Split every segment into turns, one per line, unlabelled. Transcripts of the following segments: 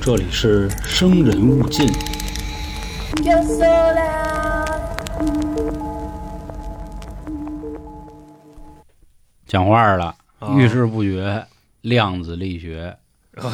这里是《生人勿进》。
Yo sola,
讲话了，
啊
遇事不决，量子力 学
啊，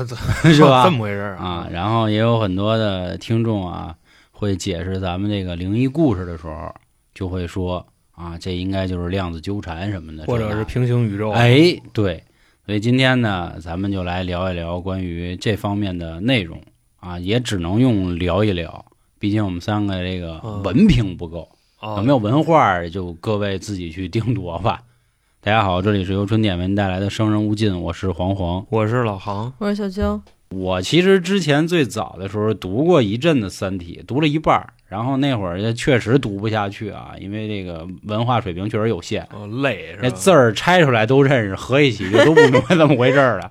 这
是吧？
这么回事儿
啊，然后也有很多的听众啊，会解释咱们这个灵异故事的时候，就会说啊，这应该就是量子纠缠什么的，
或者
这
是
那
平行宇宙，，
哎，对，所以今天呢，咱们就来聊一聊关于这方面的内容啊，也只能用聊一聊，毕竟我们三个这个
嗯
文凭不够，有
啊，
没有文化儿就各位自己去定夺吧。大家好，这里是由春点为您带来的《生人勿近》，我是黄黄。
我是老航，
我是小娇，
我其实之前最早的时候读过一阵的《三体》，读了一半儿，然后那会儿也确实读不下去啊，因为这个文化水平确实有限。
哦，累是吧？
那字儿拆出来都认识，合一起就都不明白怎么回事儿了。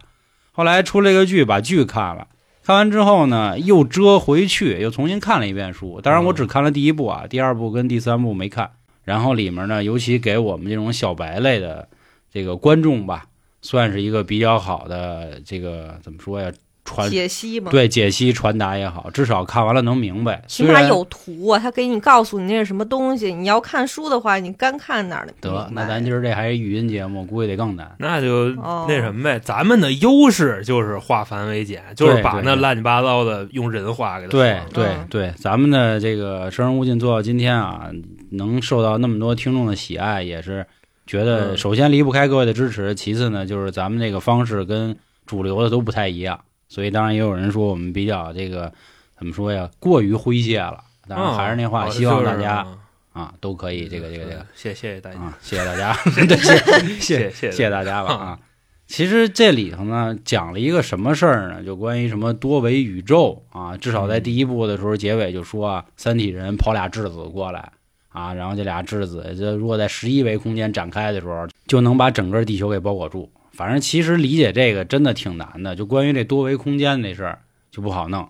后来出了一个剧，把剧看了，看完之后呢，又折回去，又重新看了一遍书。当然，我只看了第一部啊，第二部跟第三部没看。然后里面呢，尤其给我们这种小白类的这个观众吧，算是一个比较好的这个怎么说呀？传
解析嘛，
对解析传达也好，至少看完了能明白。
起
虽
码
然
有图啊，他给你告诉你那是什么东西。你要看书的话，你干看哪儿的？
得，那咱今儿这还是语音节目，估计得更难。
那就
哦
那什么呗，咱们的优势就是化繁为简，就是
对
把
对
那
对
乱七八糟的用人话给它
对
说了
对
嗯
对，咱们的这个《生人勿近》做到今天啊，能受到那么多听众的喜爱，也是觉得
嗯
首先离不开各位的支持，其次呢，就是咱们这个方式跟主流的都不太一样，所以当然也有人说我们比较这个怎么说呀，过于诙谐了。当然
嗯
还是那话，
哦
希望
就是
大家
嗯
啊都可以这个这个这个
谢谢谢大家，
啊，谢谢大家， 对，谢
谢
谢
谢
谢谢大家了啊。其实这里头呢，讲了一个什么事儿呢？就关于什么多维宇宙啊，至少在第一部的时候，结尾就说啊，三体人跑俩质子过来啊，然后这俩质子这如果在十一维空间展开的时候，就能把整个地球给包裹住。反正其实理解这个真的挺难的，就关于这多维空间这事儿就不好弄。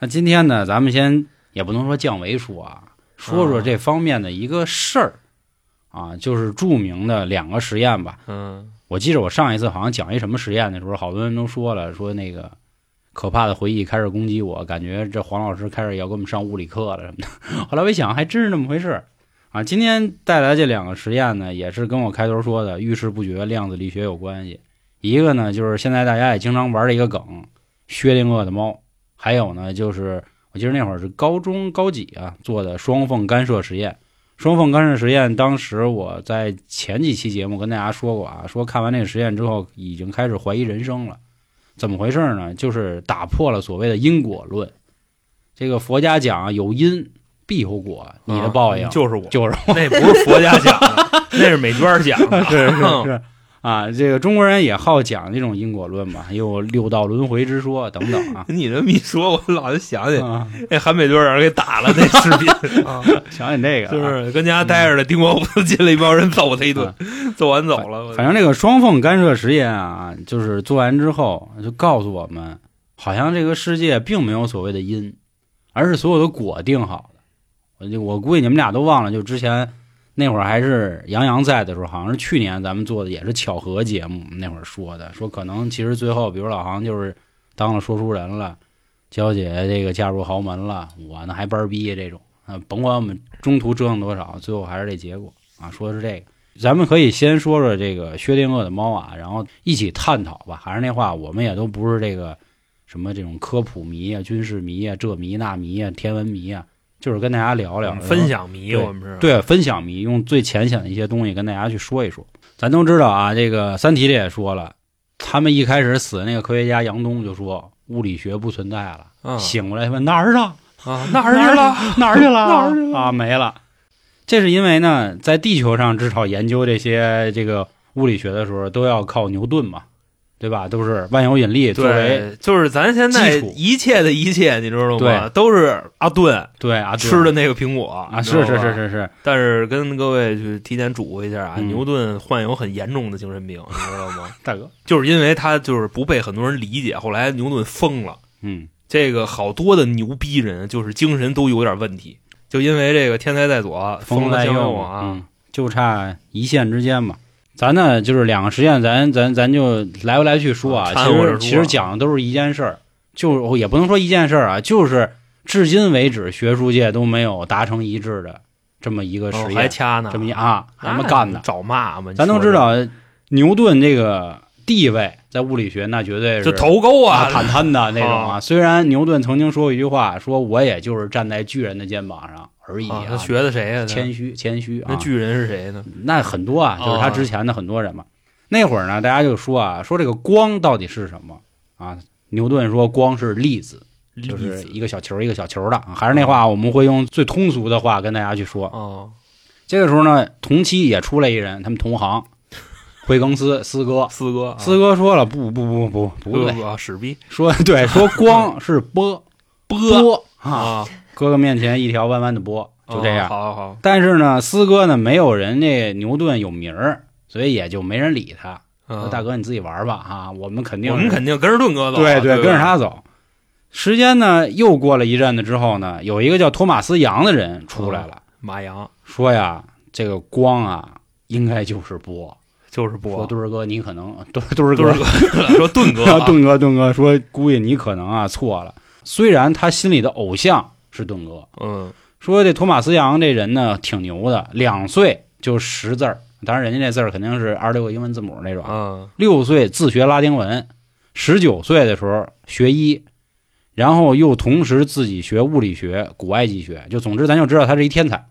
那今天呢，咱们先也不能说降维说啊，说说这方面的一个事儿啊，就是著名的两个实验吧。
嗯
我记着我上一次好像讲一什么实验的时候，好多人都说了，说那个可怕的回忆开始攻击我，感觉这黄老师开始要给我们上物理课了什么的。 后来我一想，还真是那么回事儿啊！今天带来这两个实验呢，也是跟我开头说的遇事不决量子力学有关系。一个呢，就是现在大家也经常玩的一个梗——薛定谔的猫；还有呢，就是我记得那会儿是高中高几啊做的双缝干涉实验。双缝干涉实验，当时我在前几期节目跟大家说过啊，说看完这个实验之后，已经开始怀疑人生了。怎么回事呢？就是打破了所谓的因果论。这个佛家讲啊有因必有果，你的报应、
啊就是我，
就是
那不是佛家讲的， 那是美娟儿讲的，嗯是是。
是啊，这个中国人也好讲这种因果论嘛，有六道轮回之说等等啊
你这么一说，我老就想起
啊，
那韩美娟让人给打了那视频啊，
想起这个、啊，
就是跟家待着的，丁国武进来一帮人揍他一顿，揍完走了。
嗯反正这个双缝干涉实验啊，就是做完之后就告诉我们，好像这个世界并没有所谓的因，而是所有的果定好的。我就我估计你们俩都忘了，就之前那会儿还是杨洋在的时候，好像是去年咱们做的也是巧合节目，那会儿说的，说可能其实最后，比如老航就是当了说书人了，娇姐这个嫁入豪门了，我呢还班儿逼这种，啊，甭管我们中途折腾多少，最后还是这结果啊，说的是这个。咱们可以先说说这个薛定谔的猫啊，然后一起探讨吧。还是那话，我们也都不是这个什么这种科普迷啊、军事迷啊、这迷那迷啊、天文迷啊，就是跟大家聊聊
嗯，分享迷，
对
我们是
对分享迷，用最浅显的一些东西跟大家去说一说。咱都知道啊，这个《三体》里也说了，他们一开始死的那个科学家杨东就说物理学不存在了，
嗯
醒过来问哪儿啊？
啊，那儿去了，
哪儿去了？
哪儿去
了？啊，没了。这是因为呢，在地球上至少研究这些这个物理学的时候，都要靠牛顿嘛，对吧？都是万有引力作为
对，就是咱现在
基础
一切的一切，你知道吗？
对
都是阿顿
对啊，对
吃的那个苹果
啊，是是。
你知道
是
吧
是是，
但是跟各位去提前嘱咐一下啊，
嗯
牛顿患有很严重的精神病，你知道吗？
大哥，
就是因为他就是不被很多人理解，后来牛顿疯了。
嗯，
这个好多的牛逼人，就是精神都有点问题，就因为这个天才在左，疯
风
了
在
将
右
我啊。
嗯，就差一线之间嘛。咱呢就是两个实验，咱咱咱就来回来去说啊，
啊掺
其
和
实
着说
其实讲的都是一件事儿，就也不能说一件事儿啊，就是至今为止学术界都没有达成一致的这么一个实
哦还
验，
掐呢，
这么一啊，
那
咱们干的。
找骂嘛？你
咱都
说
知道牛顿这个地位在物理学那绝对
这
是
就头哦够
啊
啊，
坦坦的那种啊。虽然牛顿曾经说过一句话，说我也就是站在巨人的肩膀上而已
啊
啊，
他学的谁呀？他
谦虚谦虚
那哦
啊，
巨人是谁呢？
那很多啊，就是他之前的很多人嘛。那会儿呢，大家就说啊，说这个光到底是什么啊？牛顿说光是粒子，
粒
就是
子
一个小球儿一个小球儿的。啊还是那话，我们会用最通俗的话跟大家去说。
哦，
这个时候呢，同期也出来一人，他们同行，惠更斯斯哥。
四哥，
斯哥说了，不不不不不对，
啊，史逼
说对说光是 波波啊，
啊，
哥哥面前一条弯弯的波，就这样
哦。好好
但是呢，斯哥呢没有人那牛顿有名儿，所以也就没人理他。
好，
说
嗯
大哥你自己玩吧啊，我们肯定
我们肯定跟着盾哥走啊，
对
对，
跟着。他走。时间呢又过了一阵子之后呢，有一个叫托马斯杨的人出来了，
马洋
说呀，这个光啊应该就是波。
就是
说
波，
墩儿哥你可能 墩墩儿
都
哥
是哥，说盾哥
然
啊
后，盾哥，盾哥说，估计你可能啊错了。虽然他心里的偶像是盾哥，
嗯，
说这托马斯杨这人呢挺牛的，两岁就识字儿，当然人家那字儿肯定是二十六个英文字母那种啊。
嗯，
六岁自学拉丁文，十九岁的时候学医，然后又同时自己学物理学、古埃及学，就总之咱就知道他是一天才。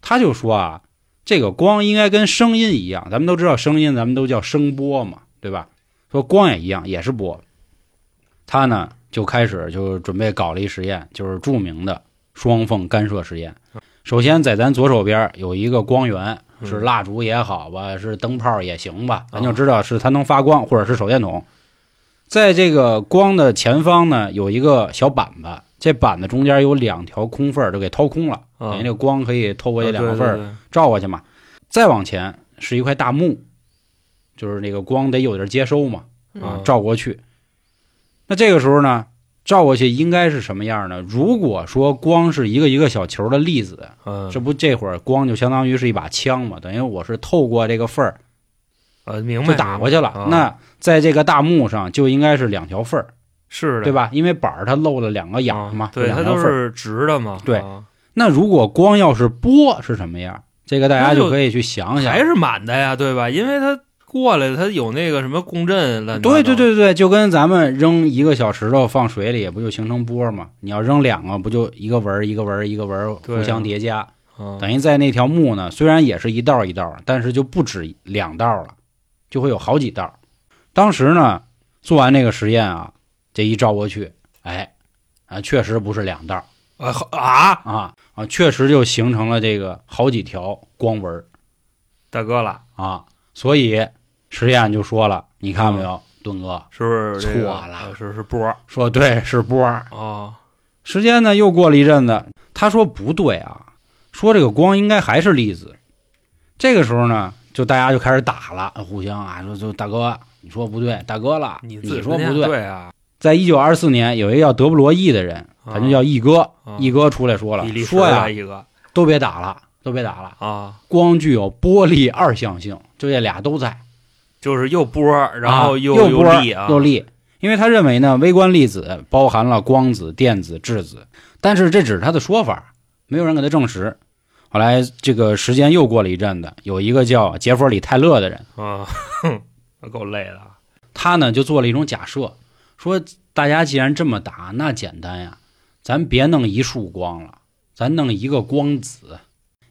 他就说啊，这个光应该跟声音一样，咱们都知道声音，咱们都叫声波嘛，对吧？说光也一样，也是波。他呢就开始就准备搞了一实验，就是著名的双缝干涉实验。首先在咱左手边有一个光源，
嗯
是蜡烛也好吧，是灯泡也行吧，咱就
啊
知道是它能发光，或者是手电筒。在这个光的前方呢，有一个小板子，这板子中间有两条空缝儿，就给掏空了，
嗯啊
等于这光可以透过这两个缝儿
哦对对对
照过去嘛。再往前是一块大幕，就是那个光得有地儿接收嘛，啊
嗯，
照过去。那这个时候呢，照过去应该是什么样呢？如果说光是一个一个小球的粒子，
嗯，
这不这会儿光就相当于是一把枪嘛，等于我是透过这个缝儿
呃，明白，
就打过去了。
啊
那在这个大幕上就应该是两条缝儿，
是的，
对吧？因为板儿它漏了两个眼儿嘛
啊，对，
两
它
条
都
缝儿。
是直的嘛，
对
啊
那如果光要是波是什么样？这个大家
那就
就可以去想想，
还是满的呀，对吧？因为它过来，它有那个什么共振了，
对对，对对，就跟咱们扔一个小石头放水里，不就形成波吗？你要扔两个，不就一个纹儿一个纹儿一个纹儿
对啊
互相叠加？
嗯
等于在那条木呢，虽然也是一道一道，但是就不止两道了，就会有好几道。当时呢，做完这个实验啊，这一照过去，哎，啊，确实不是两道
啊好啊，
啊啊，确实就形成了这个好几条光纹儿
大哥了，
啊。所以实验就说了，你看没有，盾哥
是不是这个
错了哦
啊是是 波儿
说对，是波儿。
啊，
时间呢又过了一阵子，他说不对啊，说这个光应该还是粒子。这个时候呢，就大家就开始打了，互相啊说说大哥，你说不对，大哥了，你
自己
说
人
不
家
对。
对啊，
在一九二四年，有一个叫德布罗意的人，咱就叫义哥，
啊
义哥出来说了
比，利时
说
来
呀，
一个
都别打了，都别打了，
啊，
光具有波粒二象性，就这俩都在，
就是又波儿，然后
啊
又
又波
力啊，
又力，因为他认为呢，微观粒子包含了光子、电子、质子，但是这只是他的说法，没有人给他证实。后来这个时间又过了一阵子，有一个叫杰弗里·泰勒的人，
啊，哼 够累的啊，
他呢就做了一种假设，说大家既然这么打，那简单呀，咱别弄一束光了，咱弄一个光子，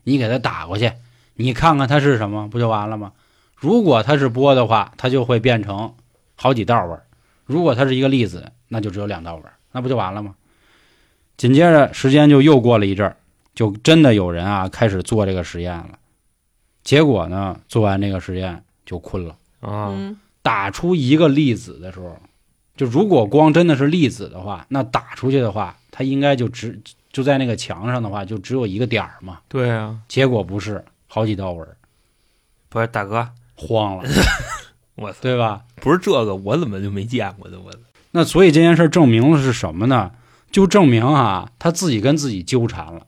你给它打过去，你看看它是什么，不就完了吗？如果它是波的话，它就会变成好几道纹儿；如果它是一个粒子，那就只有两道纹儿，那不就完了吗？紧接着时间就又过了一阵儿，就真的有人啊开始做这个实验了，结果呢，做完这个实验就困了。
啊，
嗯，
打出一个粒子的时候，就如果光真的是粒子的话，那打出去的话，它应该就只就在那个墙上的话，就只有一个点儿嘛。
对啊，
结果不是，好几道纹儿，
不是大哥，
慌了，
我操，
对吧？
不是这个，我怎么就没见过呢？我
那所以这件事儿证明了是什么呢？就证明啊，他自己跟自己纠缠了。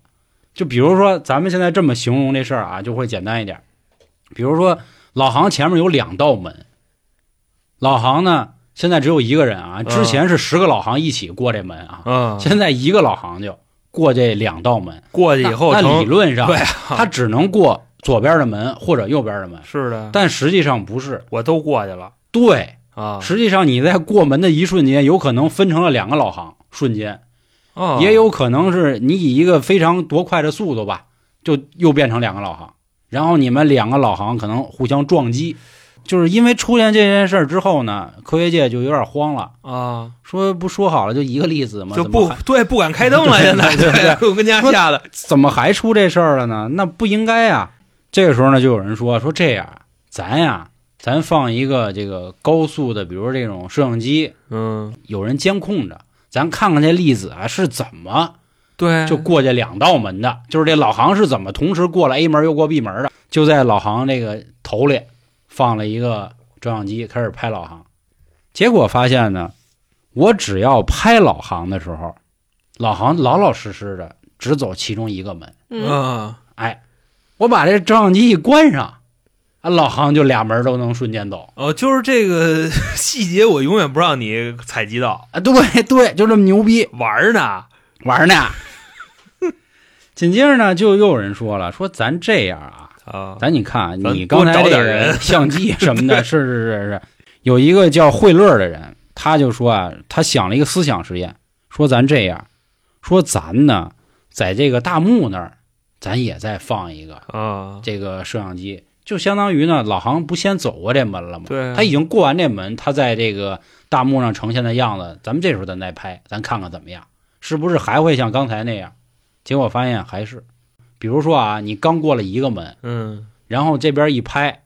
就比如说，咱们现在这么形容这事儿啊，就会简单一点。比如说，老航前面有两道门，老航呢现在只有一个人啊，之前是十个老行一起过这门啊，
啊，
现在一个老行就过这两道门。
过去以后
那那
成
理论上
对，啊
他只能过左边的门或者右边的门，
是啊的，
但实际上不是。
我都过去了
对，
啊，
实际上你在过门的一瞬间，有可能分成了两个老行，瞬间
啊
也有可能是你以一个非常多快的速度吧，就又变成两个老行，然后你们两个老行可能互相撞击，就是因为出现这件事儿之后呢，科学界就有点慌了，
啊，
说不说好了就一个粒子吗？
就
怎么
不
还
对，不敢开 灯了，现在
对对
对，我跟家吓的
怎么还出这事儿了呢？那不应该啊！这个时候呢，就有人说说这样，咱呀，咱放一个这个高速的，比如这种摄像机，
嗯，
有人监控着，咱看看这粒子啊是怎么
对，
就过这两道门的，就是这老行是怎么同时过了 A 门又过 B 门的，就在老行这个头里放了一个照相机，开始拍老行。结果发现呢，我只要拍老行的时候，老行老老实实的只走其中一个门。
嗯，
啊，
哎，我把这照相机一关上，啊，老行就俩门都能瞬间走。
哦，就是这个 细节，我永远不让你采集到，
啊，对对，就这么牛逼
玩儿呢，
玩呢。紧接着呢，就又有人说了，说咱这样啊，
啊，
咱你看啊，
咱
你刚才这
多找
个
点人
相机什么 的，是是是是，有一个叫惠勒的人，他就说啊，他想了一个思想实验，说咱这样，说咱呢，在这个大幕那儿，咱也再放一个，
啊，
这个摄像机，就相当于呢，老航不先走过这门了吗？
对啊
他已经过完这门，他在这个大幕上呈现的样子，咱们这时候咱再拍，咱看看怎么样，是不是还会像刚才那样？结果发现还是，比如说啊，你刚过了一个门，
嗯，
然后这边一拍，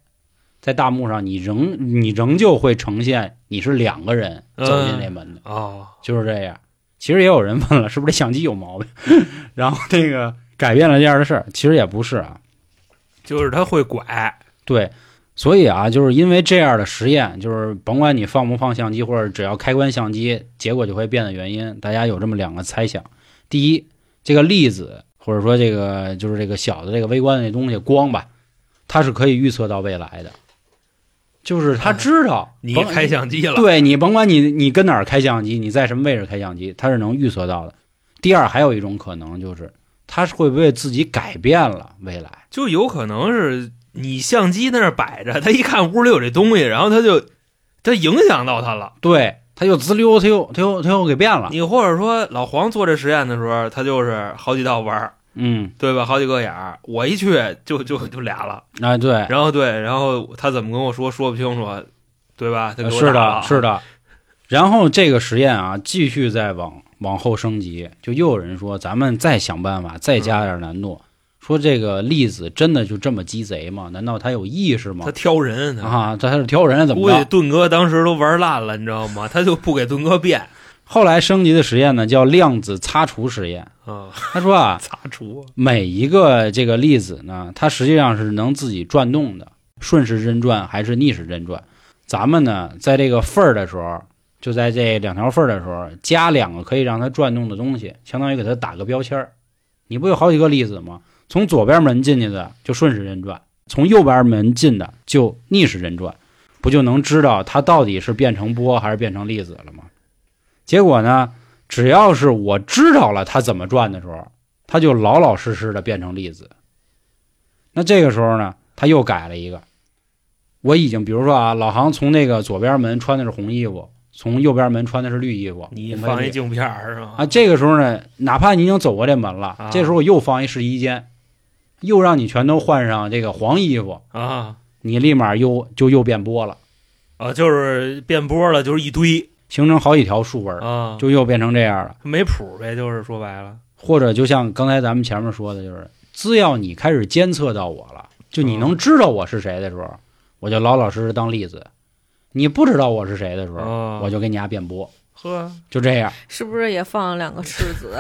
在大幕上你仍你仍旧会呈现你是两个人走进这门的，
哦，
就是这样。其实也有人问了，是不是这相机有毛病？ 然后这个改变了这样的事儿，其实也不是啊，
就是他会拐，
对，所以啊，就是因为这样的实验，就是甭管你放不放相机，或者只要开关相机，结果就会变的原因，大家有这么两个猜想：第一，这个粒子或者说这个就是这个小的这个微观的那东西光吧，它是可以预测到未来的，就是它知道、
你
甭
开相机了，
对你甭管你你跟哪儿开相机，你在什么位置开相机，它是能预测到的。第二，还有一种可能就是它是会不会自己改变了未来。
就有可能是你相机在那儿摆着，他一看屋里有这东西，然后他就他影响到他了。
对，他就滋溜，他又他又他又给变了。
你或者说老黄做这实验的时候，他就是好几道弯儿，
嗯，
对吧？好几个眼儿，我一去就就就俩了。
啊，对，
然后对，然后他怎么跟我说说不清楚，啊对吧？他给我
是
打了啊
的，是，的。然后这个实验啊，继续再往往后升级，就又有人说，咱们再想办法，再加点难度。说这个粒子真的就这么鸡贼吗？难道他有意识吗
他？挑人，他
啊，他是挑人怎
估
么
计
着？
盾哥当时都玩烂了，你知道吗？他就不给盾哥变
后来升级的实验呢，叫量子擦除实验。
啊，
他说啊，
擦除
每一个这个粒子呢，它实际上是能自己转动的，顺时针转还是逆时针转。咱们呢，在这个缝儿的时候，就在这两条缝儿的时候，加两个可以让它转动的东西，相当于给它打个标签儿。你不有好几个粒子吗？从左边门进去的就顺时针转，从右边门进的就逆时针转，不就能知道它到底是变成波还是变成粒子了吗？结果呢，只要是我知道了它怎么转的时候，它就老老实实的变成粒子。那这个时候呢，他又改了一个，我已经比如说啊，老航从那个左边门穿的是红衣服，从右边门穿的是绿衣服，
你
我们
放
这
一镜片儿是吗？
啊，这个时候呢，哪怕你已经走过这门了，
啊
这时候我又放一试衣间，又让你全都换上这个黄衣服，
啊
你立马又就又变波了，
啊，就是变波了，就是一堆
形成好几条竖纹儿，
啊，
就又变成这样了。
没谱呗，就是说白了，
或者就像刚才咱们前面说的，就是只要你开始监测到我了，就你
嗯
能知道我是谁的时候，我就老老实实当粒子；你不知道我是谁的时候，
啊，
我就给你家变波，
呵，
就这样。
是不是也放了两个赤子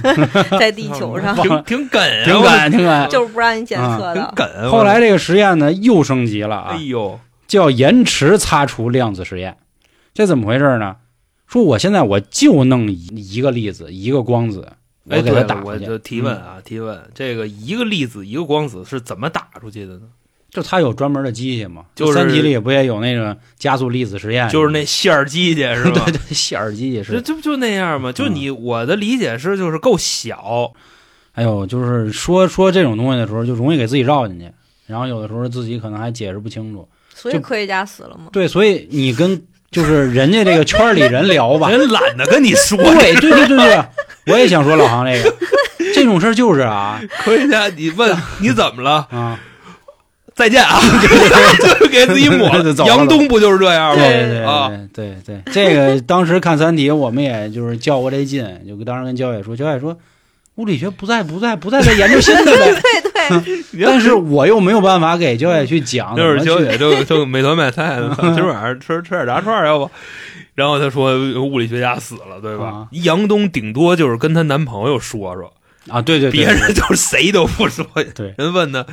在地球 上，
挺挺梗 啊，
挺敢，挺敢。
就是不让你检测
挺
的？
梗啊。
后来这个实验呢又升级了
我，
啊，
哎呦，
叫延迟擦除量子实验。这怎么回事呢？说我现在我就弄一一个粒子，一个光子，我
哎，
给
对
它
了
打，
我
出去。嗯
就提问啊，提问，这个一个粒子一个光子是怎么打出去的呢？
就它有专门的机器嘛，
就是
三体里不也有那个加速粒子实验，
就是那线儿机器是吧
对？嗯对细耳机也
这
是。
这不就那样吗？就你我的理解是，就是够小，
还有哎就是说说这种东西的时候，就容易给自己绕进去，然后有的时候自己可能还解释不清楚。
所
就
以科学家死了吗？
对，所以你跟就是人家这个圈儿里人聊 吧，
人懒得跟你说。
对对对对对，我也想说老航这个，这种事儿就是啊
科学家，你 问你怎么了？
啊，
再见 啊，就是给自己抹
对对走了
杨东不就是这样
对
吗？
对对
啊
对对对，这个 当时看《三体》，我们也就是较过这劲，就当时跟焦野说，焦野说物理学不在不在不在，在研究新的呗。
对 对，
但是我又没有办法给焦野去讲，
就是
怎么
小
去
野就就美团买菜呢，今晚上吃吃点炸串儿，要不？然后他说物理学家死了，对吧
啊？
杨东顶多就是跟她男朋友说说，
啊，对对对，
别人就是谁都不说。
对
人问他，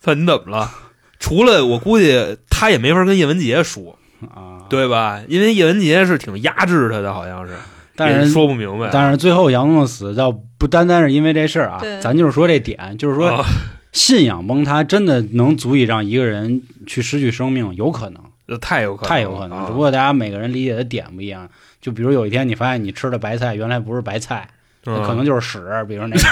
他你怎么了？除了我估计他也没法跟叶文洁说，
啊，
对吧？因为叶文洁是挺压制他的，好像是，
但
也
是。
说不明白。
但是最后杨东的死倒不单单是因为这事儿啊
对，
咱就是说这点，就是说
啊
信仰崩塌真的能足以让一个人去失去生命，有可能，
这太有可能了，
太有可能。
啊
只不过大家每个人理解的点不一样。就比如有一天你发现你吃的白菜原来不是白菜，那
嗯
可能就是屎，比如那个，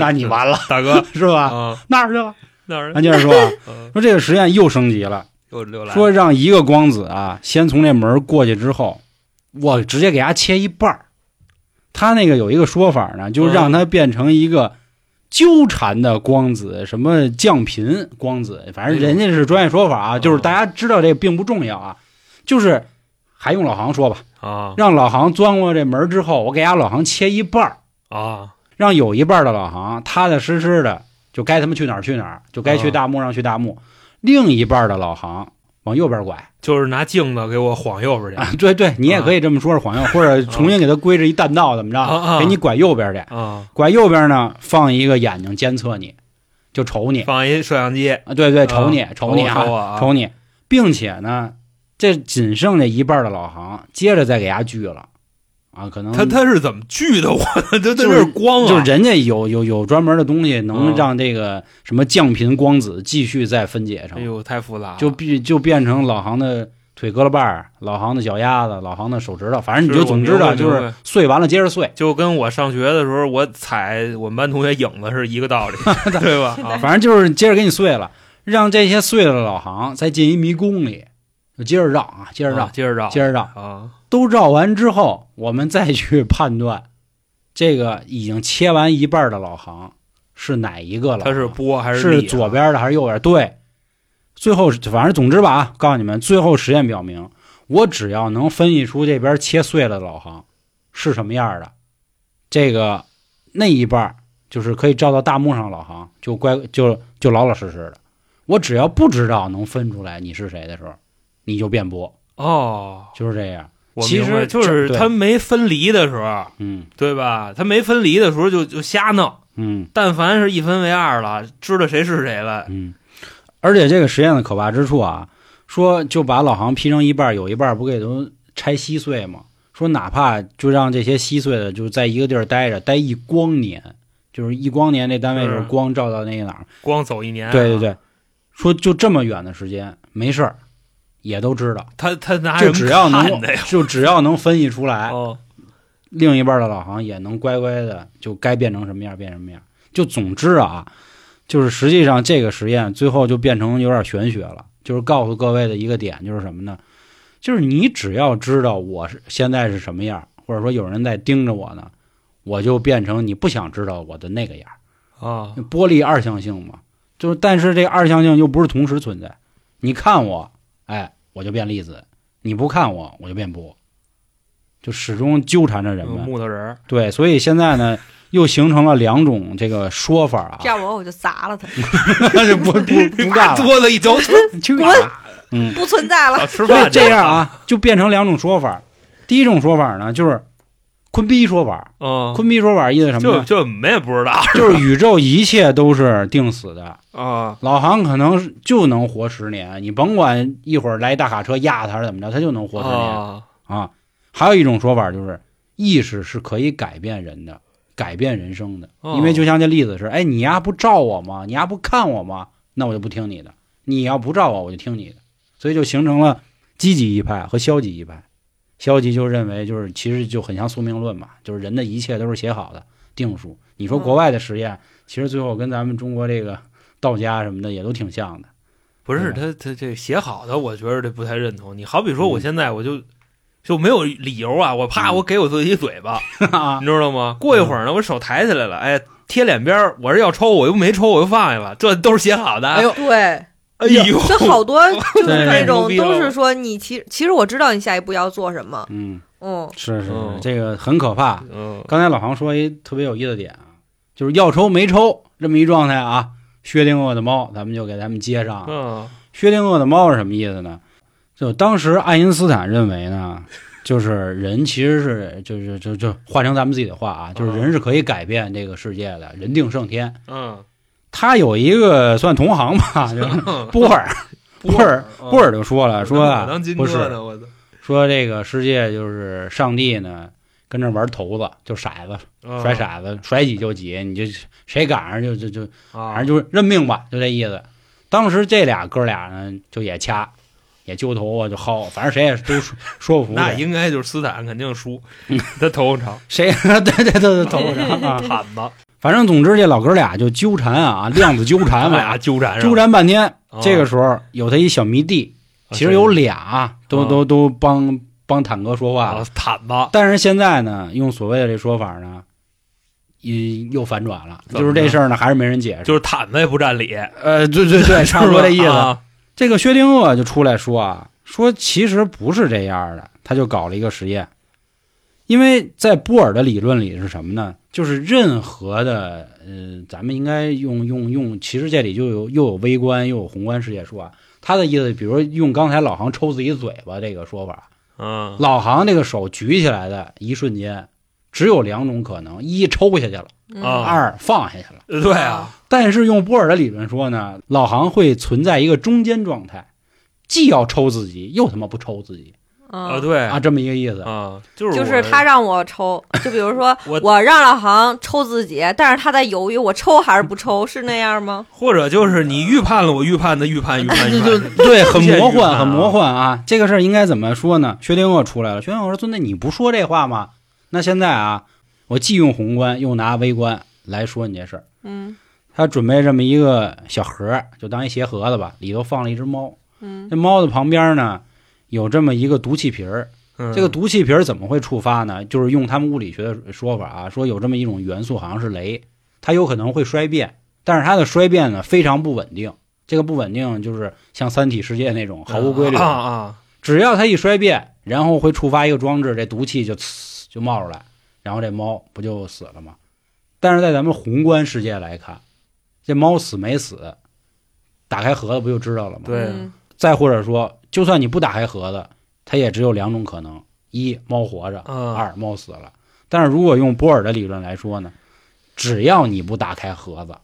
那你完了，
大哥
是吧？
啊，
哪儿去了？
那人
咱接着说，啊，
嗯
说这个实验又升级了，
又又来了
说让一个光子啊，先从这门儿过去之后，我直接给它切一半儿。他那个有一个说法呢，就
嗯
让它变成一个纠缠的光子，什么降频光子，反正人家是专业说法啊，
哎嗯
就是大家知道这个并不重要啊，就是还用老航说吧，
啊
让老航钻过这门儿之后，我给伢老航切一半儿，
啊
让有一半的老航踏踏实实的，就该他妈去哪儿去哪儿，就
啊
该去大漠上去大漠；另一半的老航往右边拐
就是拿镜子给我晃右边去
啊，对对，你也可以这么说，是晃右，或者重新给他归置一弹道，怎么
啊啊
着，给你拐右边去，
啊，
拐右边呢放一个眼睛监测你，就瞅你，
放一摄像机，
啊，对对，瞅你
啊
瞅你
瞅我
啊，
啊
瞅你，并且呢，这仅剩下一半的老航，接着再给伢锯了，啊，可能
他他是怎么锯的我？ 他他
就
这是光啊，
就是人家有有有专门的东西，
嗯
能让这个什么降频光子继续再分解
哎
成，
呦太复杂了，
就必就变成老航的腿胳膊瓣儿、老航的脚丫子、老航的手指头，反正你
是
就
我
总
明
知
白
道就
明白
是碎完了接着碎，
就跟我上学的时候，我踩我们班同学影子是一 个道理，对吧？啊，
反正就是接着给你碎了，让这些碎了的老航再进一迷宫里，就接着绕啊，接着绕，
接着绕，
接着绕，
啊，
都绕完之后，我们再去判断这个已经切完一半的老航是哪一个了，
它是波还
是
力啊
左边的还是右边？对，最后反正总之吧啊，告诉你们，最后实验表明，我只要能分析出这边切碎了的老航是什么样的，这个那一半儿就是可以照到大幕上的老航，就乖就就老老实实的。我只要不知道能分出来你是谁的时候，你就辩驳，
哦，
就是这样。
我
其
明白
实
就
这
是
对
他没分离的时候，
嗯
对吧？他没分离的时候就就瞎弄，
嗯
但凡是一分为二了，知道谁是谁了，
嗯。而且这个实验的可怕之处啊，说就把老航劈成一半儿，有一半儿不给都拆稀碎吗？说哪怕就让这些稀碎的，就在一个地儿待着，待一光年，就是一光年这单位就是
是哎
光照到那个哪儿？
光走一年，
对对，对，说就这么远的时间没事儿，也都知道，
他他拿
就
人
只要哎能
看的呀，
就只要能分析出来，
哦，
另一半的老航也能乖乖的，就该变成什么样变什么样。就总之啊，就是实际上这个实验最后就变成有点玄学了，就是告诉各位的一个点就是什么呢？就是你只要知道我是现在是什么样，或者说有人在盯着我呢，我就变成你不想知道我的那个样。
啊，
玻璃二象性嘛，就是但是这二象性又不是同时存在。你看我，哎，我就变粒子；你不看我，我就变波。就始终纠缠着人们，
木头人儿，
对，所以现在呢，又形成了两种这个说法啊
这， 样我我就砸了他，
就不不 不干了，
桌子 一走，
去
滚
嗯，
不存在了
啊。吃
所以
饭去
这样， 啊，就变成两种说法。第一种说法呢，就是坤逼说法，
嗯，
坤逼说法意思什么啊
就
呢？
就没也不知道
就是宇宙一切都是定死的，
啊，
老航可能是就能活十年，你甭管一会儿来一大卡车压他是怎么着，他就能活十年
啊
啊。还有一种说法就是，意识是可以改变人的，改变人生的。
哦
因为就像这例子是，哎，你丫不照我吗？你丫不看我吗？那我就不听你的。你要不照我，我就听你的，所以就形成了积极一派和消极一派。消极就认为就是其实就很像宿命论嘛，就是人的一切都是写好的定数。你说国外的实验，其实最后跟咱们中国这个道家什么的也都挺像的。
不是
对
他他这写好的，我觉得这不太认同。你好比说，我现在我就、就没有理由啊，我啪
嗯
我给我自己一嘴巴，
啊
你知道吗？过一会儿呢，我手抬起来了，哎，贴脸边儿，我是要抽，我又没抽，我又放下了，这都是写好的。
哎呦
对，
哎呦，
这好多就是
对
那
牛
种
逼了
都是说你其其实我知道你下一步要做什么，
嗯，
嗯，
是是
嗯
是，这个很可怕。
嗯，
刚才老黄说一特别有意思的点啊，就是要抽没抽这么一状态啊。薛定谔的猫，咱们就给咱们接上啊。
嗯，
薛定谔的猫是什么意思呢？就当时爱因斯坦认为呢，就是人其实是就是就就换成咱们自己的话啊，就是人是可以改变这个世界的，人定胜天。
嗯，
他有一个算同行 吧，就是波尔，波尔，波尔就说了，说
嗯我
啊
当金，
不是
哥呢，我操，
说这个世界就是上帝呢，跟这玩骰子，就骰子
嗯
甩，骰子，甩几就几，你就谁赶上就就就
反
反正就是认命吧，就这意思。当时这俩哥俩呢，就也掐，也揪头啊，就薅，反正谁也都说说服嗯
那
谁，
应该就是斯坦肯定输，他头 发长，
谁对对对对，头上 啊。
毯子，
反正总之这老哥俩就纠缠啊，量子纠
他
缠
们
嘛，
俩哎纠缠上，
纠缠半天。
啊。
这个时候有他一小迷弟，
啊
其实有俩都
啊
都都帮帮坦哥说话
啊
了，
毯子，
但是现在呢，用所谓的这说法呢，也又反转了，
怎么
就是这
呢
事儿呢还是没人解释，
就是毯子也不占理，
呃，对对 对，差不多这意思。
啊
这个薛定谔就出来说啊，说其实不是这样的，他就搞了一个实验，因为在波尔的理论里是什么呢？就是任何的，呃，咱们应该用用用，其实这里就有又有微观又有宏观世界说啊。他的意思，比如说用刚才老行抽自己嘴巴这个说法，
嗯，
老行这个手举起来的一瞬间，只有两种可能：一抽下去了，
嗯
啊
二放下去了。
对啊，
但是用波尔的理论说呢，老行会存在一个中间状态，既要抽自己，又他妈不抽自己
啊
啊，
对
啊，这么一个意思。
啊，就是
就是他让我抽，就比如说
我
我让老航抽自己，但是他在犹豫我抽还是不抽，是那样吗？
或者就是你预判了我预判的预
嗯
判预 判预判，
对，很魔
限于啊
幻，很魔幻啊！这个事儿应该怎么说呢？薛定谔出来了，薛定谔说：“尊弟，你不说这话吗？那现在啊，我既用宏观，又拿微观来说你这事儿。
嗯
他准备这么一个小盒儿，就当一鞋盒子吧，里头放了一只猫。
嗯
这猫的旁边呢，有这么一个毒气瓶儿，
嗯
这个毒气瓶儿怎么会触发呢？就是用他们物理学的说法啊，说有这么一种元素，好像是镭，它有可能会衰变，但是它的衰变呢非常不稳定。这个不稳定就是像三体世界那种毫无规律，
啊啊，
只要它一衰变，然后会触发一个装置，这毒气就呲就冒出来，然后这猫不就死了吗？但是在咱们宏观世界来看，这猫死没死，打开盒子不就知道了吗？
对啊
嗯
再或者说，就算你不打开盒子，它也只有两种可能：一猫活着，
嗯
二猫死了。但是如果用波尔的理论来说呢，只要你不打开盒子，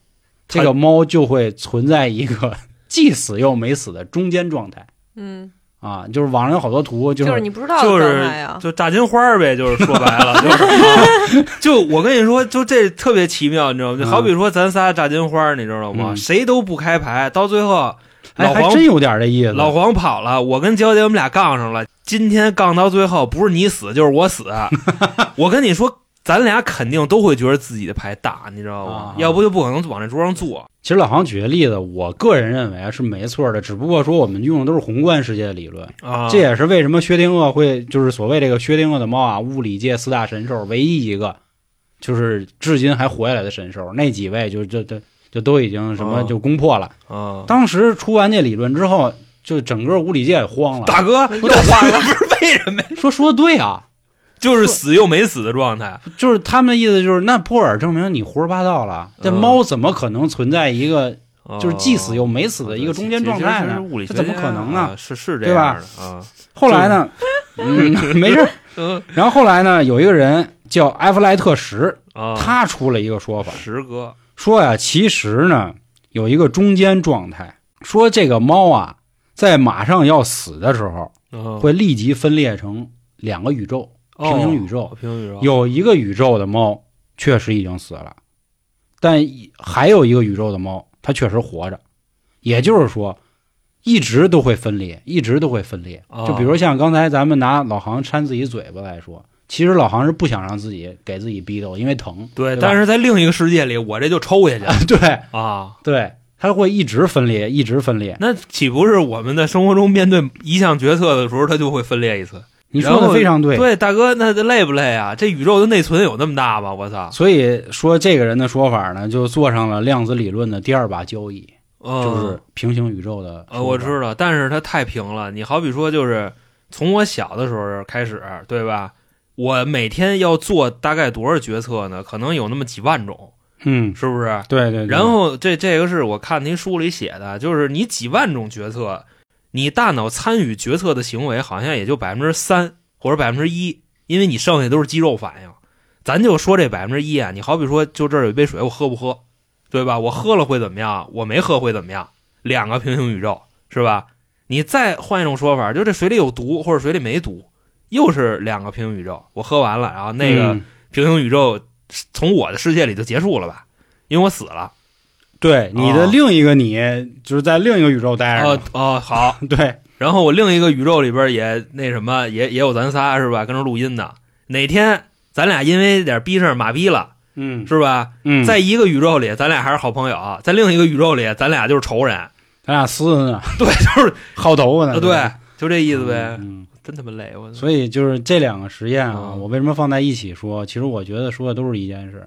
它
这个猫就会存在一个既死又没死的中间状态
嗯，
啊。就是网上有好多图，就
就是
是
你不知道
就
的
是
状态呀，
就炸金花儿呗，就是说白 了，就是啊就我跟你说，就这特别奇妙，你知道吗？就好比说咱仨炸金花儿，你知道吗？
嗯
谁都不开牌，到最后
哎，
老
还
黄
真有点这意思。
老黄跑了，我跟娇姐我们俩杠上了。今天杠到最后，不是你死就是 我死。我跟你说，咱俩肯定都会觉得自己的牌大，你知道吗？
啊
要不就不可能往这桌上坐。
其实老黄举的例子，我个人认为是没错的，只不过说我们用的都是宏观世界的理论，
啊，
这也是为什么薛定谔会就是所谓这个薛定谔的猫啊，物理界四大神兽唯一一个就是至今还活下来的神兽，那几位就就就就都已经什么
哦
就攻破了。
啊，
当时出完这理论之后，就整个物理界也慌了，
大哥，
又换了，
为什么呀？
说说的对啊，
就是死又没死的状态。
就是他们的意思就是那波尔证明你胡说八道了，这
嗯
猫怎么可能存在一个
啊
就是既死又没死的一个中间状态
其实
呢
啊 是？物理学
这怎么可能呢
啊是是这
对吧
样的啊。
后来呢，嗯，没事儿。
嗯
然后后来呢，有一个人叫埃弗莱特什，
啊，
他出了一个说法，
石哥
说呀，其实呢有一个中间状态，说这个猫啊，在马上要死的时候，
会
会立即分裂成两个宇宙，平行宇宙，
哦平行宇宙
有一个宇宙的猫确实已经死了，但一还有一个宇宙的猫它确实活着，也就是说，一直都会分裂，一直都会分裂。
哦
就比如像刚才咱们拿老杭扇自己嘴巴来说，其实老杭是不想让自己给自己逼的，因为 疼。
对，
吧
但是在另一个世界里，我这就抽下去
对
啊，
对，他会一直分裂，一直分裂。
那岂不是我们在生活中面对一项决策的时候，它就会分裂一次？
你说
然后
的非常对。
对，大哥，那累不累啊？这宇宙的内存有那么大吗？我操！
所以说这个人的说法呢，就做上了量子理论的第二把交椅，就
嗯
是平行宇宙的说法。
呃，我知道，但是它太平了。你好比说，就是从我小的时候开始，对吧？我每天要做大概多少决策呢？可能有那么几万种，
嗯，
是不是？
对对对。
然后这这个是我看您书里写的，就是你几万种决策，你大脑参与决策的行为好像也就百分之三或者百分之一，因为你剩下都是肌肉反应。咱就说这百分之一啊，你好比说就这儿有一杯水，我喝不喝，对吧？我喝了会怎么样？我没喝会怎么样？两个平行宇宙是吧？你再换一种说法，就这水里有毒或者水里没毒，又是两个平行宇宙。我喝完了，然后那个
嗯
平行宇宙从我的世界里就结束了吧，因为我死了。
对你的
哦
另一个你，就是在另一个宇宙待着
哦
呢。
哦，好。
对，
然后我另一个宇宙里边也那什么，也也有咱仨是吧？跟着录音呢。哪天咱俩因为点逼事儿马逼了
嗯
是吧？
嗯，
在一个宇宙里，咱俩还是好朋友；啊在另一个宇宙里，咱俩就是仇人。
咱俩撕呢，
对，就是
薅头发呢。
呃
是
对
吧，
就这意思呗。
嗯，嗯
真他妈累，我操！
所以就是这两个实验啊，
嗯
我为什么放在一起说？其实我觉得说的都是一件事，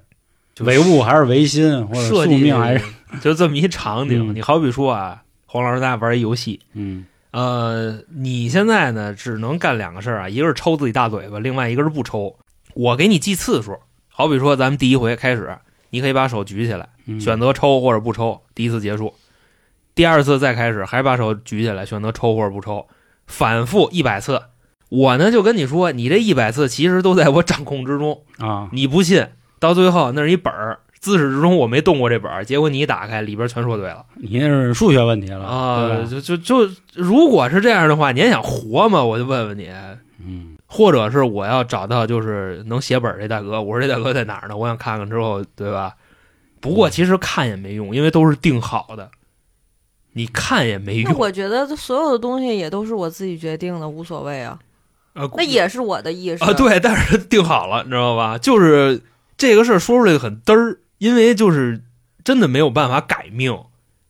唯物还是唯心，或者
设
宿
计
命还是
就这么一场景。
嗯
你好比说啊，黄老师，咱俩玩一游戏。
嗯
呃，你现在呢只能干两个事儿啊，一个是抽自己大嘴巴，另外一个是不抽。我给你记次数，好比说咱们第一回开始，你可以把手举起来，
嗯
选择抽或者不抽，第一次结束。第二次再开始，还把手举起来，选择抽或者不抽，反复一百次。我呢就跟你说，你这一百次其实都在我掌控之中，
啊，
你不信，到最后那是一本儿，自始至终我没动过这本儿，结果你一打开，里边全说对了。
你那是数学问题了
啊，
对吧
就就就，如果是这样的话，你还想活吗？我就问问你，
嗯
或者是我要找到就是能写本儿这大哥，我说这大哥在哪儿呢？我想看看之后，对吧？不
嗯
过其实看也没用，因为都是定好的，你看也没
那
用。
我觉得所有的东西也都是我自己决定的，无所谓啊。
呃
那也是我的意识
啊，，对，但是定好了，你知道吧？就是这个事儿说出来很嘚儿，因为就是真的没有办法改命，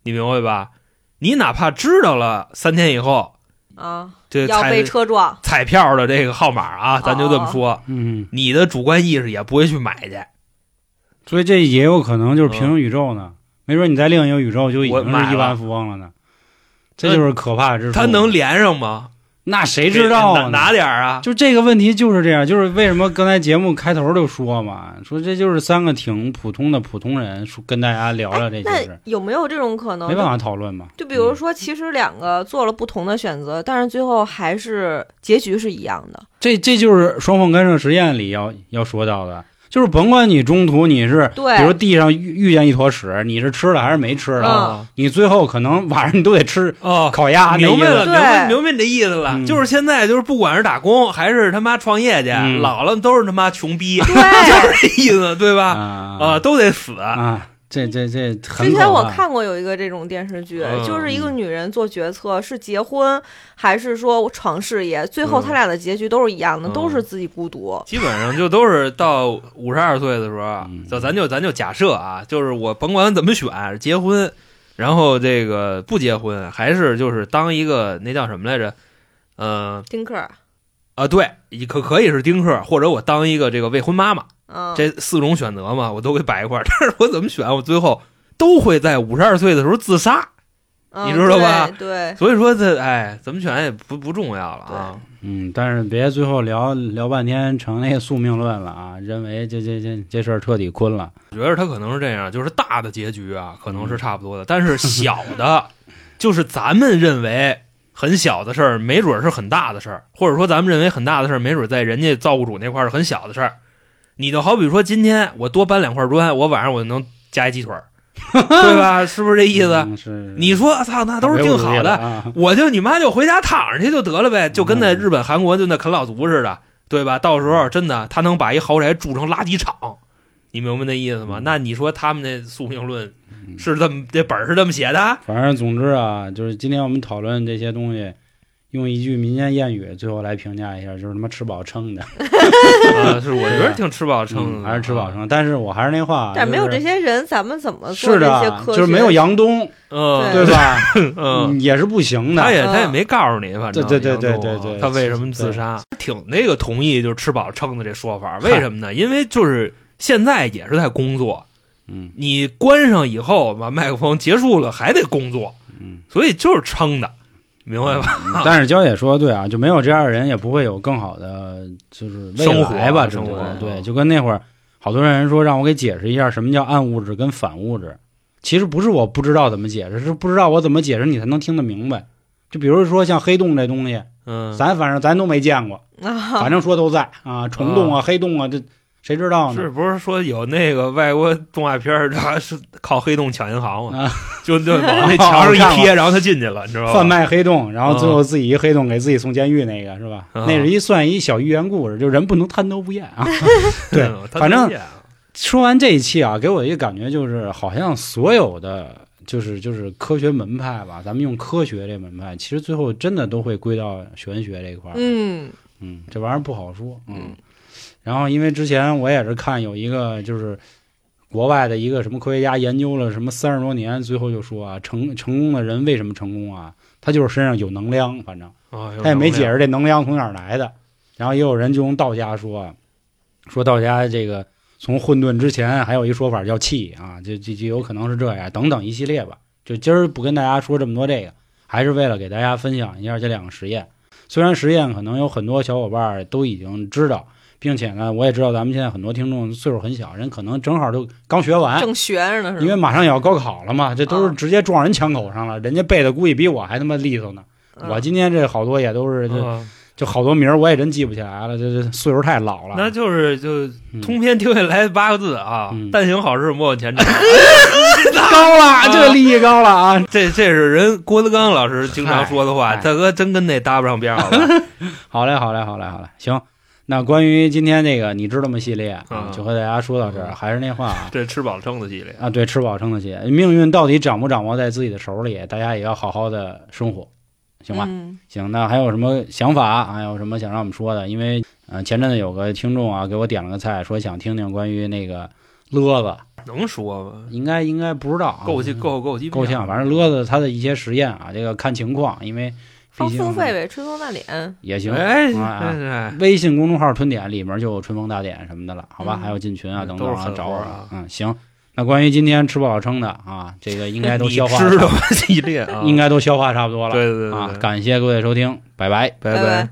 你明白吧？你哪怕知道了三天以后，
啊，
这
要
才
被车撞，
彩票的这个号码
哦
啊，咱就这么说，
嗯，
你的主观意识也不会去买去。
所以这也有可能就是平行宇宙呢，没准你在另一个宇宙就已经
嗯我买了
是亿万富翁了呢。这就是可怕之处。
他能连上吗？
那谁知道啊？
哪哪点儿啊？
就这个问题就是这样，就是为什么刚才节目开头就说嘛，说这就是三个挺普通的普通人，说跟大家聊聊这些
哎那
事儿，
有没有这种可能？
没办法讨论嘛。
就比如说，其实两个做了不同的选择，但是最后还是结局是一样的。
这这就是双缝干涉实验里要要说到的，就是甭管你中途你是，
对
比如地上遇遇见一坨屎，你是吃了还是没吃了，
嗯
啊
你最后可能晚上你都得吃
哦，
烤鸭。那
明白
意思
了，
对
明白明白你这意思了。
嗯
就是现在，就是不管是打工还是他妈创业去，
嗯
老了都是他妈穷逼，
对，
这意思对吧？啊，
啊
都得死。
啊！这这这很啊
之前
可
我
怕
看过有一个这种电视剧，
嗯
就是一个女人做决策是结婚还是说闯事业，最后
嗯
她俩的结局都是一样的，
嗯
都是自己孤独。
基本上就都是到五十二岁的时候啊
嗯，
就咱就咱就假设啊，就是我甭管怎么选，结婚，然后这个不结婚，还是就是当一个那叫什么来着？嗯、
丁克儿，
啊，对，也可可以是丁克，或者我当一个这个未婚妈妈，
嗯，
这四种选择嘛，我都给摆一块儿。但是我怎么选，我最后都会在五十二岁的时候自杀。
嗯
你知道吧
对
啊
对
所以说这，哎，怎么选也不不重要了啊。
嗯，但是别最后聊聊半天成那个宿命论了啊，认为这这这这事儿彻底困了。
我觉得他可能是这样，就是大的结局啊，可能是差不多的，但是小的，就是咱们认为很小的事儿，没准儿是很大的事儿，或者说咱们认为很大的事儿，没准儿在人家造物主那块儿是很小的事儿。你就好比说，今天我多搬两块砖，我晚上我就能加一鸡腿儿，对吧？是不是这意思？
嗯是
你说，操，那都是定好的，
啊。
我就你妈就回家躺着去就得了呗，就跟在
嗯
日本、韩国就那啃老族似的，对吧？到时候真的他能把一豪宅住成垃圾场，你明白那意思吗？那你说他们那宿命论
嗯
是这么这本儿是这么写的，
反正总之啊，就是今天我们讨论这些东西，用一句民间谚语最后来评价一下，就是他妈吃饱撑的，
啊是我觉得挺吃饱撑
嗯
的，
还是吃饱撑的。但是我还是那话，
但
就是
没有这些人，咱们怎么做
是
这些
的，
科学？
就是没有杨东，
嗯，
对吧？
嗯，
也是不行的
他。也
嗯
他也没告诉你，反正
对对对
杨东啊
对对对
他为什么自杀？挺那个同意就是吃饱撑的这说法，为什么呢？因为就是现在也是在工作，
嗯
你关上以后把麦克风结束了还得工作，
嗯，
所以就是撑的，明白吧？
但是焦姐说的对啊，就没有这样的人，也不会有更好的就是未
生活
来吧，
生
只不过
活
对，
嗯
就跟那会儿好多人说让我给解释一下什么叫暗物质跟反物质，其实不是我不知道怎么解释，是不知道我怎么解释你才能听得明白。就比如说像黑洞这东西，
嗯，
咱反正咱都没见过，
啊，
反正说都在啊，虫洞
嗯
啊、黑洞啊，这谁知道呢？
是不是说有那个外国动画片儿，他是靠黑洞抢银行
啊
嘛？就就往那墙 上一贴，然后他进去了，你知道吧？
贩卖黑洞，然后最后自己一黑洞给自己送监狱那个是吧？
啊
那是一算一小寓言故事，就人不能贪得无厌啊。 对
嗯，他
反正
推荐啊
说完这一期啊，给我一个感觉就是，好像所有的就是就是科学门派吧，咱们用科学这门派，其实最后真的都会归到玄学这一块儿。
嗯
嗯这玩意儿不好说。嗯
嗯，
然后因为之前我也是看有一个就是国外的一个什么科学家研究了什么三十多年，最后就说啊，成成功的人为什么成功啊？他就是身上有能量，反正。
啊
他也没解
释
释这能量从哪儿来的。然后也有人就用道家说，啊，说道家这个从混沌之前还有一说法叫气啊，就就就有可能是这样，等等一系列吧。就今儿不跟大家说这么多这个，还是为了给大家分享一下这两个实验。虽然实验可能有很多小伙伴儿都已经知道，并且呢，我也知道咱们现在很多听众岁数很小，人可能正好都刚学完，
正嗯学着呢，是吧？
因为马上也要高考了嘛，这都是直接撞人枪口上了，人家背的估计比我还他妈利索呢。
嗯
我今天这好多也都是这就好多名儿我也真记不起来了，这这岁数太老了。
那就是就
嗯
通篇听下来八个字啊
嗯，
但行好事，莫问前 程。
高了，这利益高了啊！
这这是人郭德纲老师经常说的话，
嗨
大哥真跟那搭不上边儿，好
好
吧？
嘞，好嘞，好嘞，好嘞，行。那关于今天这个你知道吗系列啊
嗯，
就和大家说到这儿。还是那话啊，
这吃饱撑的系列，
啊，对，吃饱撑得起，命运到底掌不掌握在自己的手里，大家也要好好的生活，行吧？
嗯
行，那还有什么想法？啊还有什么想让我们说的？因为呃，前阵子有个听众啊，给我点了个菜，说想听听关于那个乐子，
能说吗？
应该应该不知道啊，
够气够够鸡
够呛，反正乐子他的一些实验啊，这个看情况，因为毕
放
竟
付费呗，春风大典。
也行。
行，哎，
啊啊
哎
微信公众号“春点”里面就有春风大典什么的了，好吧？
嗯
还有进群啊，
嗯
等
都
等
是
啊
狠，
找
活
我
儿
啊
啊。
嗯，行。那关于今天吃不好撑的啊，这个应该都
你
消化，
知道吗？系列啊，
应该都消化差不多了
对对对
啊。
对，
感谢各位收听，拜拜。
拜
拜拜